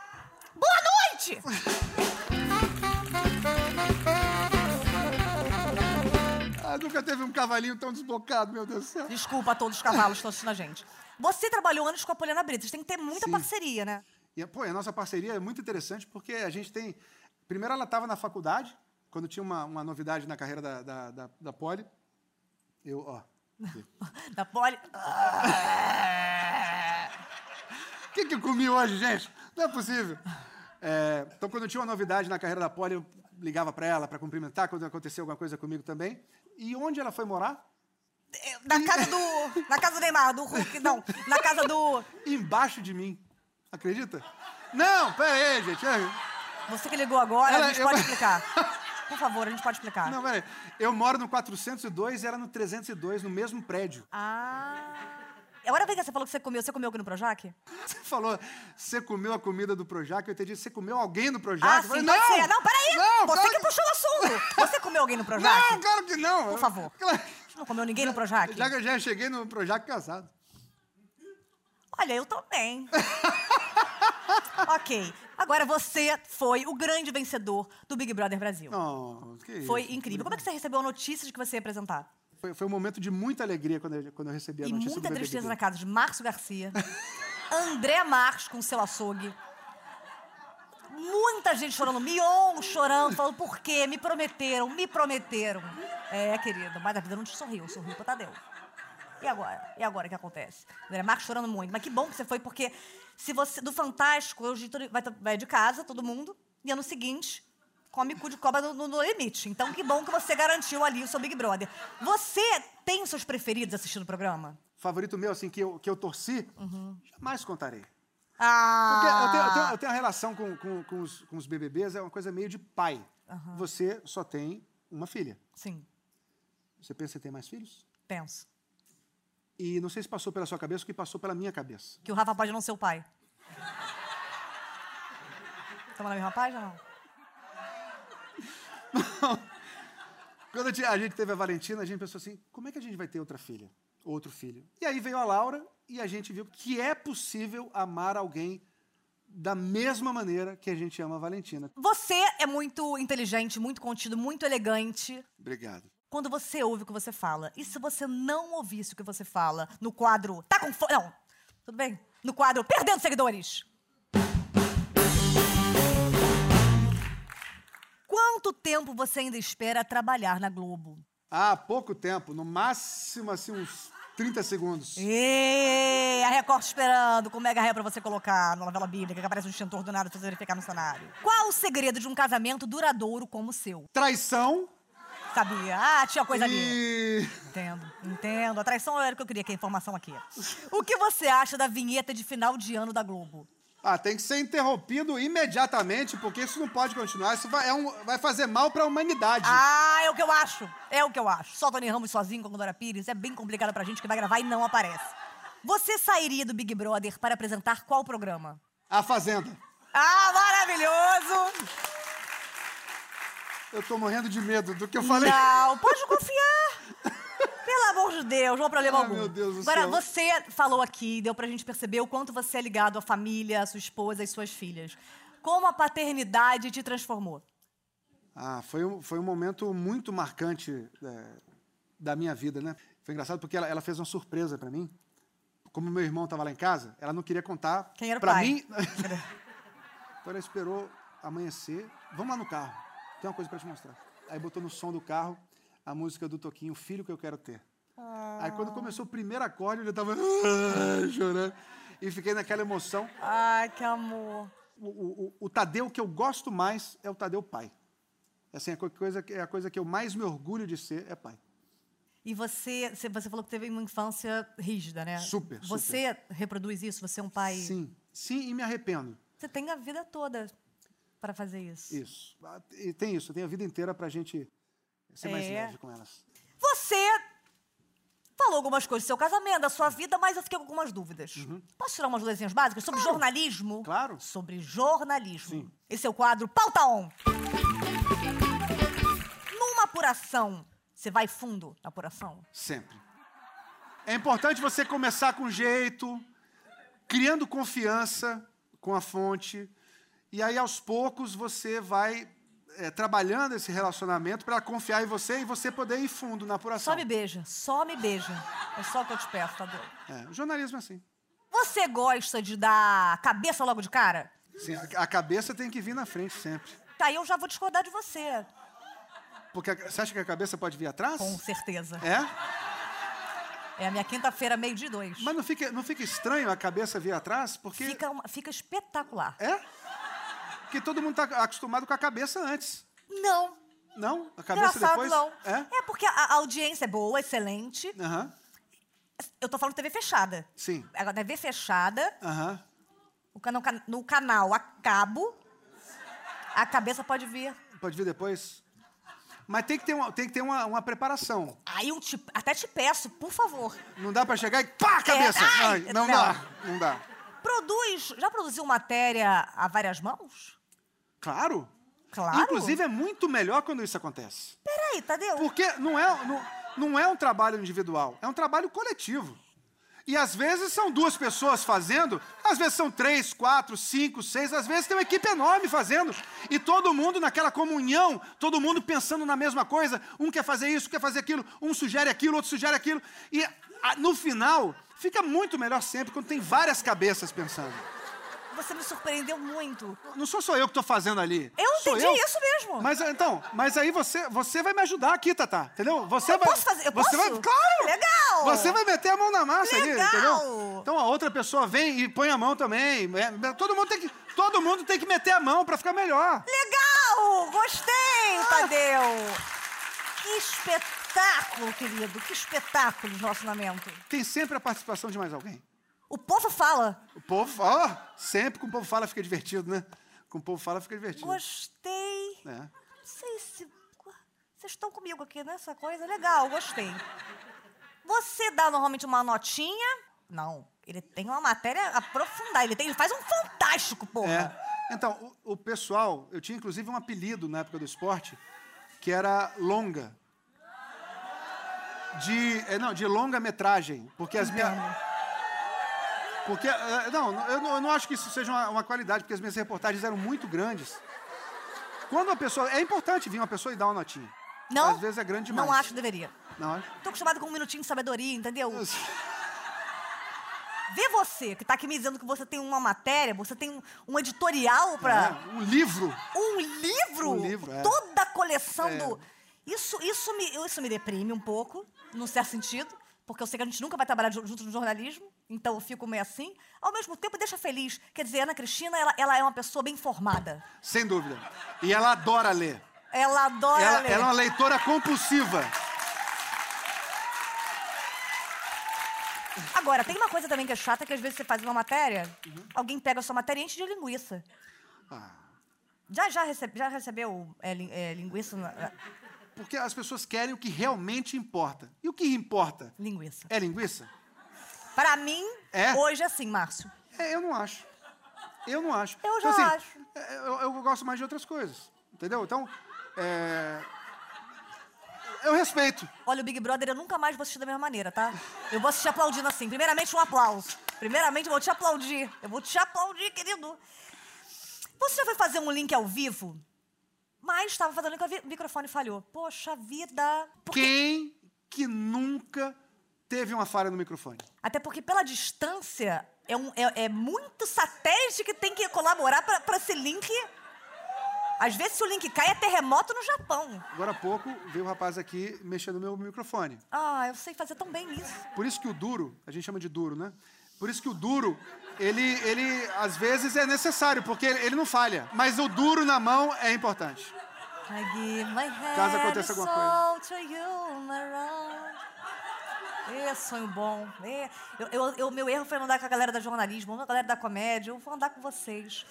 Boa noite!
Ah, nunca teve um cavalinho tão desbocado, meu Deus do céu.
Desculpa a todos os cavalos que estão assistindo a gente. Você trabalhou anos com a Poliana Brito, vocês têm que ter muita
Sim.
parceria, né?
E, pô, e a nossa parceria é muito interessante porque a gente tem. Primeiro, ela estava na faculdade, quando tinha uma, uma novidade na carreira da, da, da, da Poli. Eu, ó.
Da Poli. Ah.
O que, que eu comi hoje, gente? Não é possível. É, então, quando tinha uma novidade na carreira da Poli, eu ligava para ela para cumprimentar, quando aconteceu alguma coisa comigo também. E onde ela foi morar?
É, Na casa do. Na casa do Neymar, do Hulk, não. Na casa do.
Embaixo de mim. Acredita? Não, pera aí, gente.
Você que ligou agora,
Ela-
a gente pode
eu-
explicar. Por favor, a gente pode explicar.
Não, peraí. Eu moro no 402 e ela no 302, no mesmo prédio.
Ah. Agora vem que você falou que você comeu. Você comeu aqui no Projac?
Você falou, você comeu a comida do Projac, eu entendi, você comeu alguém do Projac?
ah,
Eu
sim,
falei,
pode ser. Não, peraí.
Não,
você
claro
que
que-
puxou o assunto. Você comeu alguém no Projac?
Não, claro que não.
Por favor.
Claro.
Você não comeu ninguém no Projac?
Já que eu já cheguei no Projac casado.
Olha, eu também. ok. Agora você foi o grande vencedor do Big Brother Brasil.
Não, que isso.
Foi incrível. Como é que você recebeu a notícia de que você ia apresentar?
Foi, foi um momento de muita alegria quando eu, quando eu recebi a
E
notícia do
muita
BBB.
tristeza na casa de Márcio Garcia, André Marques com seu açougue. Muita gente chorando, Mion chorando, falando por quê? Me prometeram, me prometeram. É, querido, mas a vida não te sorriu, sorriu pra Tadeu. E agora? E agora o que acontece? André Marques chorando muito. Mas que bom que você foi, porque se você. Do Fantástico, hoje todo- vai, vai de casa, todo mundo, e ano seguinte, come cu de cobra no, no- no limite. Então que bom que você garantiu ali o seu Big Brother. Você tem os seus preferidos assistindo o programa?
Favorito meu, assim, que eu, que eu torci,
Uhum.
jamais contarei. Porque
Ah!
eu, tenho, eu tenho- eu tenho uma relação com, com- com os, com os BBBs, é uma coisa meio de pai. Você só tem uma filha.
Sim,
Você pensa em ter mais filhos?
penso.
E não sei se passou pela sua cabeça o que passou pela minha cabeça.
Que o Rafa pode não ser o pai. Tá mandando rapaz ou não?
Quando a gente- a gente teve a Valentina, a gente pensou assim: como é que a gente vai ter outra filha? Outro filho. E aí veio a Laura e a gente viu que é possível amar alguém da mesma maneira que a gente ama a Valentina.
Você é muito inteligente, muito contido, muito elegante.
Obrigado.
Quando você ouve o que você fala, e se você não ouvisse o que você fala no quadro Tá com fome? Não, tudo bem? No quadro Perdendo Seguidores. Quanto tempo você ainda espera trabalhar na Globo?
Há pouco tempo, no máximo assim, uns 30 segundos.
Ê, a Record esperando com o Mega Ré pra você colocar na novela bíblica, que aparece um extintor do nada pra você verificar no cenário. Qual o segredo de um casamento duradouro como o seu?
Traição
Sabia? Ah, tinha coisa ali.
e.
Entendo, entendo. A traição era o que eu queria, que é a informação aqui. O que você acha da vinheta de final de ano da Globo?
Ah, tem que ser interrompido imediatamente, porque isso não pode continuar. Isso vai, é um- vai fazer mal pra humanidade.
Ah, é o que eu acho. É o que eu acho. Só Tony Ramos sozinho com a Glória Pires é bem complicado pra gente que vai gravar e não aparece. Você sairia do Big Brother para apresentar qual programa?
A Fazenda.
Ah, maravilhoso!
Eu tô morrendo de medo do que eu falei.
Não, pode confiar. Pelo amor de Deus, não há problema
Ai,
algum.
meu Deus do
Agora,
céu.
você falou aqui, deu pra gente perceber o quanto você é ligado à família, à sua esposa e suas filhas. Como a paternidade te transformou?
Ah, foi um, foi um momento muito marcante é, da minha vida, né? Foi engraçado porque ela, ela fez uma surpresa pra mim. Como meu irmão tava lá em casa, ela não queria contar
Quem era o
pra
pai?
mim. então ela esperou amanhecer. Vamos lá no carro. Tem uma coisa pra te mostrar. Aí botou no som do carro a música do Toquinho, Filho que eu quero ter. Aí quando começou o primeiro acorde, eu já tava chorando e fiquei naquela emoção.
Ai, que amor.
O, o- o- o Tadeu que eu gosto mais é o Tadeu pai. Assim, a co- coisa, que- é a coisa que eu mais me orgulho de ser é pai.
E você, você você falou que teve uma infância rígida, né?
Super, super.
Você reproduz isso? Você é um pai.
Sim, sim, e me arrependo.
Você tem a vida toda pra fazer isso.
Isso. Ah, E tem isso, tem a vida inteira pra gente ser mais
É.
leve com elas.
Você falou algumas coisas do seu casamento, da sua vida, mas eu fiquei com algumas dúvidas. Posso tirar umas dúvidas básicas? Sobre jornalismo?
Uhum. Claro.
Sobre jornalismo. Esse é o quadro Pauta On. Numa apuração, você vai fundo na apuração?
Sempre. É importante você começar com jeito, criando confiança com a fonte, e aí aos poucos você vai eh, trabalhando esse relacionamento para confiar em você e você poder ir fundo na apuração.
Só me beija, só me beija. É só o que eu te peço, Tadeu.
É, o jornalismo é assim.
Você gosta de dar cabeça logo de cara?
Sim, a, a cabeça tem que vir na frente sempre.
Tá, aí eu já vou discordar de você.
Porque a- você acha que a cabeça pode vir atrás?
Com certeza.
É?
É a minha quinta-feira, meio de dois.
Mas não fica, não fica estranho a cabeça vir atrás? Porque.
Fica, uma- fica espetacular.
É? Porque todo mundo tá acostumado com a cabeça antes.
Não.
Não? A cabeça
Engraçado,
depois.
não.
É?
porque a, a audiência é boa, excelente.
Aham.
Eu tô falando TV fechada.
Sim.
Agora, TV fechada,
Aham.
o cana- no, canal a cabo, a cabeça pode vir.
Pode vir depois? Mas tem que ter, uma, tem que ter uma, uma preparação.
Aí eu te- até te peço, por favor.
Não dá pra chegar e pá, cabeça!
É. ai,
Ai, não,
não.
dá, não dá.
Produz. Já produziu matéria a várias mãos?
Claro.
Claro.
Inclusive, é muito melhor quando isso acontece.
Peraí, Tadeu.
Porque não é, não, não é um trabalho individual, é um trabalho coletivo. E às vezes são duas pessoas fazendo, às vezes são três, quatro, cinco, seis, às vezes tem uma equipe enorme fazendo. E todo mundo naquela comunhão, todo mundo pensando na mesma coisa. Um quer fazer isso, quer fazer aquilo, um sugere aquilo, outro sugere aquilo. E ah, no final, fica muito melhor sempre quando tem várias cabeças pensando.
Você me surpreendeu muito.
Não sou só eu que estou fazendo ali.
Eu
sou
entendi isso mesmo.
Mas então, mas aí você, você vai me ajudar aqui, Tatá. Entendeu? Você
Eu
vai.
posso fazer? Eu posso?
você Vai, claro!
Legal!
Você vai meter a mão na massa ali,
Legal!
entendeu? Então a outra pessoa vem e põe a mão também. É, é, todo mundo tem que, todo mundo tem que meter a mão pra ficar melhor.
Legal! Gostei,
Ah!
Tadeu! Que espetáculo, querido! Que espetáculo de relacionamento!
Tem sempre a participação de mais alguém.
O povo fala.
O povo, ó, sempre com o povo fala fica divertido, né? Com o povo fala fica divertido.
Gostei. Não
É.
sei se. Vocês estão comigo aqui nessa coisa? Legal, gostei. Você dá normalmente uma notinha. Não, ele tem uma matéria aprofundada. Ele, tem, ele faz um fantástico, porra.
É. Então, o, o pessoal, eu tinha inclusive um apelido na época do esporte, que era longa. De, é, não, de longa metragem, porque as minhas porque é, não, eu não, eu não acho que isso seja uma, uma qualidade, porque as minhas reportagens eram muito grandes. Quando a pessoa, é importante vir uma pessoa e dar uma notinha.
Não?
Às vezes é grande demais.
Não acho que deveria.
Não é? acho.
Tô acostumada com um minutinho de sabedoria, entendeu? Vê você, que tá aqui me dizendo que você tem uma matéria, você tem um, um editorial pra.
É, um livro.
Um livro!
Um livro, é.
Toda a coleção
É.
do. Isso, isso, me, isso me deprime um pouco, num certo sentido, porque eu sei que a gente nunca vai trabalhar ju- junto no jornalismo, então eu fico meio assim. Ao mesmo tempo, deixa feliz. Quer dizer, a Ana Cristina, ela, ela é uma pessoa bem formada.
Sem dúvida. E ela adora ler.
Ela adora
Ela,
ler.
ela é uma leitora compulsiva.
Agora, tem uma coisa também que é chata, que às vezes você faz uma matéria, alguém pega a sua matéria e enche de linguiça.
Ah.
Já, já, recebe, já recebeu é, lin- é, linguiça? na-
Porque as pessoas querem o que realmente importa. E o que importa?
Linguiça.
É linguiça?
Pra mim,
É?
hoje é assim, Márcio.
É, eu não acho. Eu não acho. Então,
Eu já acho.
é, Eu, eu gosto mais de outras coisas. Entendeu? Então, é, Eu respeito.
Olha, o Big Brother eu nunca mais vou assistir da mesma maneira, tá? Eu vou assistir aplaudindo assim. Primeiramente, um aplauso. Primeiramente, eu vou te aplaudir. Eu vou te aplaudir, querido. Você já foi fazer um link ao vivo? Mas estava fazendo link ao vivo, o microfone falhou. Poxa vida. Por quê?
Quem que nunca teve uma falha no microfone?
Até porque pela distância, é, um- é- é muito satélite que tem que colaborar pra pra esse link. Às vezes, se o link cai, é terremoto no Japão.
Agora há pouco veio o rapaz aqui mexendo no meu microfone.
Ah, eu sei fazer tão bem isso.
Por isso que o duro, a gente chama de duro, né? Por isso que o duro, ele, ele às vezes é necessário, porque ele ele não falha. Mas o duro na mão é importante.
I give my hand
Caso aconteça alguma coisa.
soul to you, my love. Ê, sonho bom. Ê, eu, eu- eu- meu erro foi andar com a galera da jornalismo, a galera da comédia. Eu vou andar com vocês.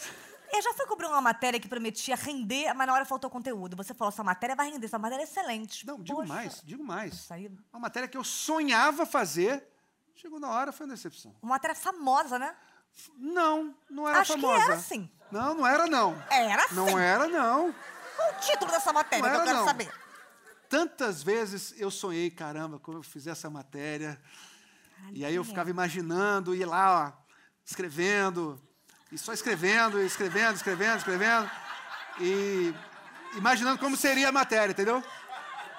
Eu já fui cobrir uma matéria que prometia render, mas na hora faltou conteúdo. Você falou, essa matéria vai render, essa matéria é excelente.
Não, digo
Poxa,
mais, digo mais.
Isso aí.
Uma matéria que eu sonhava fazer, chegou na hora, foi uma decepção.
Uma matéria famosa, né?
Não, não era
Acho que é assim.
famosa.
era, sim.
Não, não era não.
Era sim.
Não era não.
Qual o título dessa matéria
Não
que eu
era,
quero
não.
saber?
Tantas vezes eu sonhei, caramba, quando eu fizer essa matéria. E aí eu ficava imaginando, ia lá, ó, escrevendo, e só escrevendo, escrevendo, escrevendo, escrevendo. E imaginando como seria a matéria, entendeu?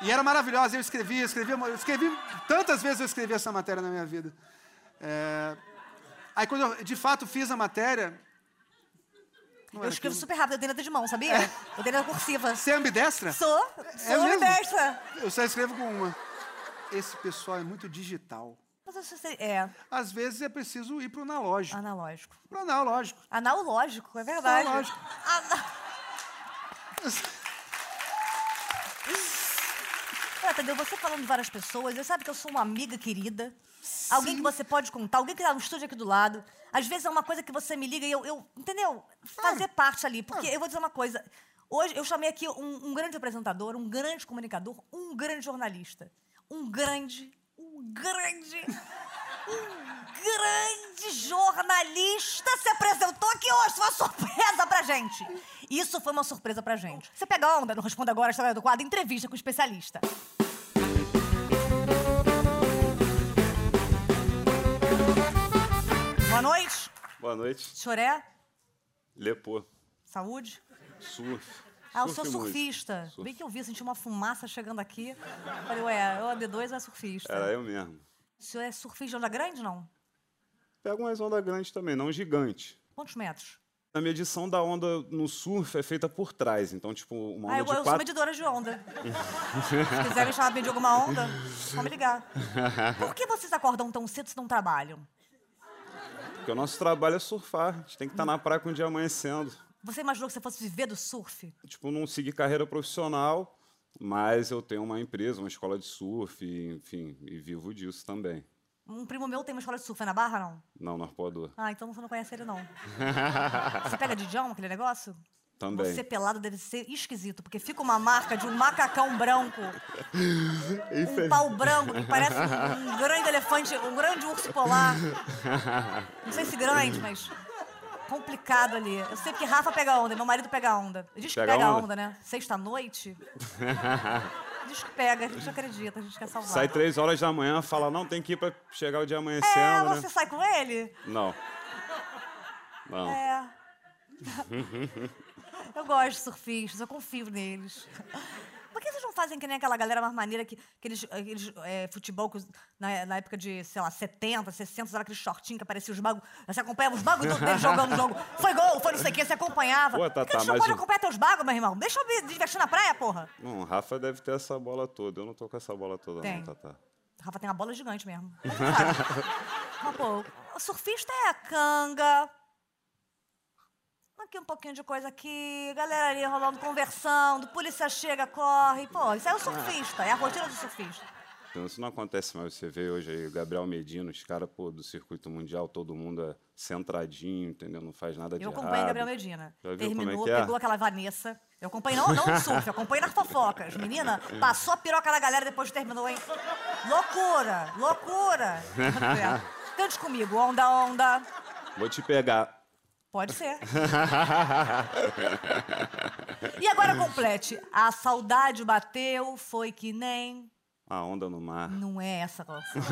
E era maravilhosa, eu escrevia, escrevia, eu escrevi. Tantas vezes eu escrevi essa matéria na minha vida. É, Aí quando eu de fato fiz a matéria. não
Eu
era
escrevo
aquilo.
super rápido, eu tenho letra de mão, sabia? Eu tenho letra cursiva.
Você é ambidestra?
Sou,
É
sou
mesmo?
desta.
Eu só escrevo com uma. Esse pessoal é muito digital.
Mas eu sei- é,
Às vezes é preciso ir pro analógico.
analógico.
Pro analógico.
Analógico, é verdade.
Analógico.
Ana... Olha, Tadeu, você falando de várias pessoas, eu sabe que eu sou uma amiga querida. Alguém que você pode contar, alguém que tá no estúdio aqui do lado. Às vezes é uma coisa que você me liga e eu. eu- entendeu? Fazer parte ali. Porque eu vou dizer uma coisa. Hoje eu chamei aqui um, um grande apresentador, um grande comunicador, um grande jornalista. Um grande, um grande, um grande jornalista se apresentou aqui hoje. Foi uma surpresa pra gente. Isso foi uma surpresa pra gente. Você pega a onda, não responda agora a história do quadro, entrevista com o especialista. Boa noite,
Boa noite.
choré,
Lepô.
saúde.
Surf.
Ah, eu sou
Surf muito.
surfista.
Surf.
Bem que eu vi, senti uma fumaça chegando aqui. Falei, ué, ou é D2 ou é surfista.
Era eu mesmo.
O senhor é surfista de onda grande, não?
Pega umas ondas grandes também, não gigante.
Quantos metros?
A medição da onda no surf é feita por trás. Então, tipo, uma
ah,
onda
eu, eu
de
sou
quatro...
medidora de onda. Se quiser me chamar bem de alguma onda, só me ligar. Por que vocês acordam tão cedo se não trabalham?
Porque o nosso trabalho é surfar. A gente tem que estar na praia com o dia amanhecendo.
Você imaginou que você fosse viver do surf?
Tipo, não segui carreira profissional, mas eu tenho uma empresa, uma escola de surf, e, enfim, e vivo disso também.
Um primo meu tem uma escola de surf, é na Barra, não?
Não, no arpoador.
Ah, então você não conhece ele, não. Você pega de John, aquele negócio?
Também.
Você pelado deve ser esquisito, porque fica uma marca de um macacão branco,
é
um pau branco, que parece um, um grande elefante, um grande urso polar. Não sei se grande, mas complicado ali. Eu sei que Rafa pega onda, meu marido pega onda. Diz que pega,
Pega
onda.
onda?
né? Sexta-noite. Diz que pega, a gente acredita, a gente quer salvar.
Sai três horas da manhã, fala, não, tem que ir pra chegar o dia amanhecendo,
tá é,
né?
você sai com ele?
Não. Não.
É. eu gosto de surfistas, eu confio neles. Por que vocês não fazem que nem aquela galera mais maneira que aqueles, aqueles é, futebol que os- na, na época de, sei lá, 70, 60, usava aquele shortinho que aparecia os bagos. Você acompanhava os bagos todos deles jogando o jogo. Foi gol, foi não sei o que, você acompanhava.
Pô,
Por que
Tatá,
eles não
mas
podem
o-
acompanhar teus bagos, meu irmão? Deixa eu me divertir na praia, porra.
Não, o Rafa deve ter essa bola toda. Eu não tô com essa bola toda,
Tem.
não, Tatá.
O Rafa tem uma bola gigante mesmo. Mas não sabe. Mas, pô, o surfista é a canga. Aqui um pouquinho de coisa aqui, galera ali rolando, conversando, polícia chega, corre. Pô, isso é o surfista, é a rotina do surfista.
Então, isso não acontece mais. Você vê hoje aí o Gabriel Medina, os caras pô, do circuito mundial, todo mundo é centradinho, entendeu? Não faz nada de
Eu
errado.
acompanho Gabriel Medina.
Já viu
Terminou,
como é que é?
pegou aquela Vanessa. Eu acompanho, não, não no surf, eu acompanho nas fofocas. Menina, passou a piroca na galera depois que terminou, hein? Loucura, loucura. É. Cante comigo, onda, onda.
Vou te pegar.
Pode ser. e agora complete. A saudade bateu, foi que nem.
A onda no mar.
Não é essa canção.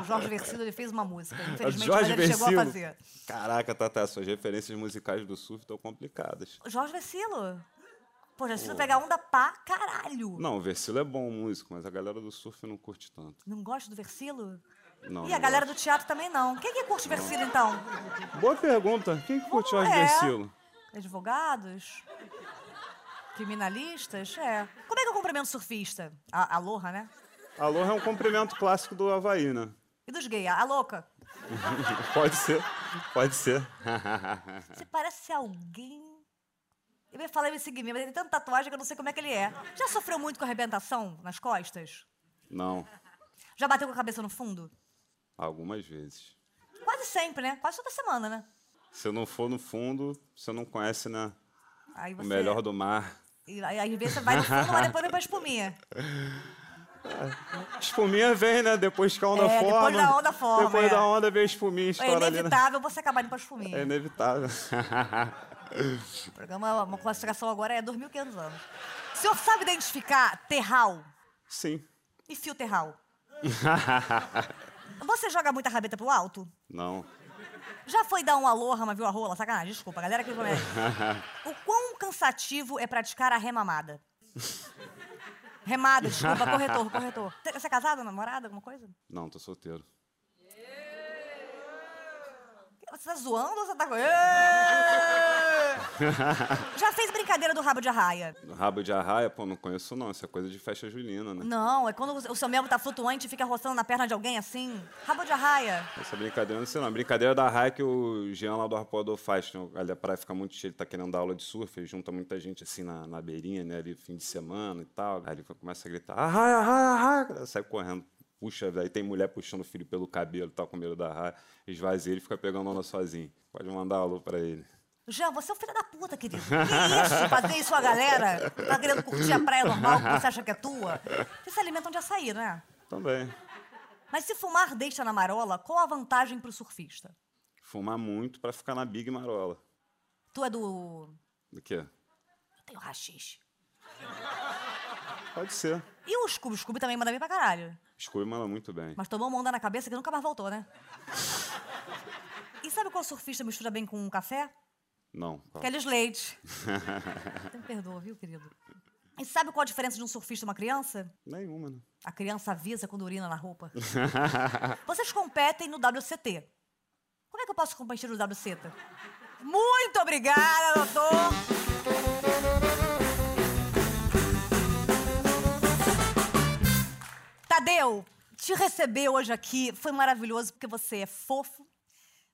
o Jorge Versilo ele fez uma música, infelizmente,
Jorge
mas ele chegou a
Versilo.
fazer.
Caraca, Tatá, suas referências musicais do surf estão complicadas.
Jorge Versilo. Pô, Jorge Versilo pega onda pra caralho.
Não, o Versilo é bom músico, mas a galera do surf não curte tanto.
Não gosta do Versilo?
Não,
e a
não
galera do teatro também não. Quem que curte Versilo, então?
gosto. Boa pergunta. Quem que curte Jorge
É.
Versilo?
Advogados? Criminalistas? É. Como é que eu cumprimento surfista? A, aloha, né?
Aloha é um cumprimento clássico do Havaí, né?
E dos gays? A, a louca?
Pode ser, pode ser.
Você parece alguém. Eu ia falar esse Guimê, mas ele tem tanta tatuagem que eu não sei como é que ele é. Já sofreu muito com arrebentação nas costas?
Não,
Já bateu com a cabeça no fundo?
algumas vezes.
Quase sempre, né? Quase toda semana, né?
Se eu não for no fundo, você não conhece, né?
Aí
O
você.
melhor do mar.
E aí, às vezes você vai no fundo, mas depois vem pra espuminha.
A Espuminha vem, né? Depois que a onda
É, depois
forma.
da onda forma,
Depois
é.
da onda vem a espuminha
É
estoura ali. né?
inevitável você acabar indo pra espuminha.
É inevitável.
O programa, uma classificação agora é 2.500 anos. O senhor sabe identificar terral
Sim.
e fio terral? Você joga muita rabeta pro alto?
Não.
Já foi dar um aloha, mas viu a rola? Sacanagem, desculpa, galera que começa. O quão cansativo é praticar a remamada? Remada, desculpa, corretor, corretor. Você- Você é casado, namorada, alguma coisa?
Não, tô solteiro.
Você tá zoando ou você tá... co- Ê! Já fez brincadeira do rabo de arraia?
Rabo de arraia, pô, não conheço não. Isso é coisa de festa junina, né?
Não, é quando o seu membro tá flutuante e fica roçando na perna de alguém assim. Rabo de arraia.
Essa brincadeira, não sei não. A brincadeira da raia que o Jean lá do Arpoador faz. Né? Ali a praia fica muito cheia, ele tá querendo dar aula de surf, ele junta muita gente assim na, na beirinha, né? Ali fim de semana e tal. Aí ele começa a gritar, arraia, arraia, arraia. Ela Sai correndo. Puxa, aí tem mulher puxando o filho pelo cabelo, tá com medo da raia. Esvazia, ele fica pegando onda sozinho. Pode mandar alô pra ele.
Jean, você é um filho da puta, querido. Que isso? Fazer isso a galera que tá querendo curtir a praia normal que você acha que é tua? Vocês se alimentam de açaí, né?
Também.
Mas se fumar deixa na marola, qual a vantagem pro surfista?
Fumar muito pra ficar na Big Marola.
Tu é do...
Do quê?
Eu tenho rachixe.
Pode ser.
E o Scooby? O Scooby também manda bem pra caralho.
Scooby manda muito bem.
Mas tomou uma onda na cabeça que nunca mais voltou, né? E sabe qual surfista mistura bem com café?
Não. qual?
Kelly Slade. Até me perdoa, viu, querido? E sabe qual a diferença de um surfista e uma criança?
Nenhuma, né?
A criança avisa quando urina na roupa. Vocês competem no WCT. Como é que eu posso competir no WCT? Muito obrigada, doutor! Tadeu, te receber hoje aqui foi maravilhoso porque você é fofo.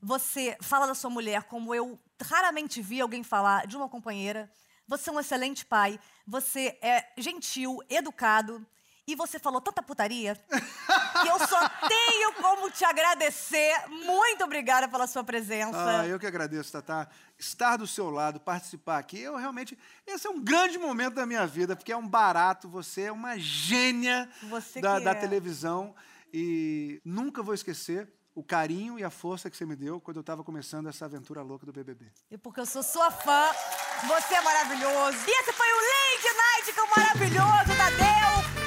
Você fala da sua mulher como eu raramente vi alguém falar de uma companheira. Você é um excelente pai. Você é gentil, educado. E você falou tanta putaria que eu só tenho como te agradecer. Muito obrigada pela sua presença.
Ah, eu que agradeço, Tatá. Estar do seu lado, participar aqui, eu realmente. Esse é um grande momento da minha vida, porque é um barato. Você é uma gênia
Você
da,
que
da
é.
televisão. E nunca vou esquecer o carinho e a força que você me deu quando eu estava começando essa aventura louca do BBB.
E porque eu sou sua fã, você é um maravilhoso. E esse foi o Lady Night com o maravilhoso Tadeu.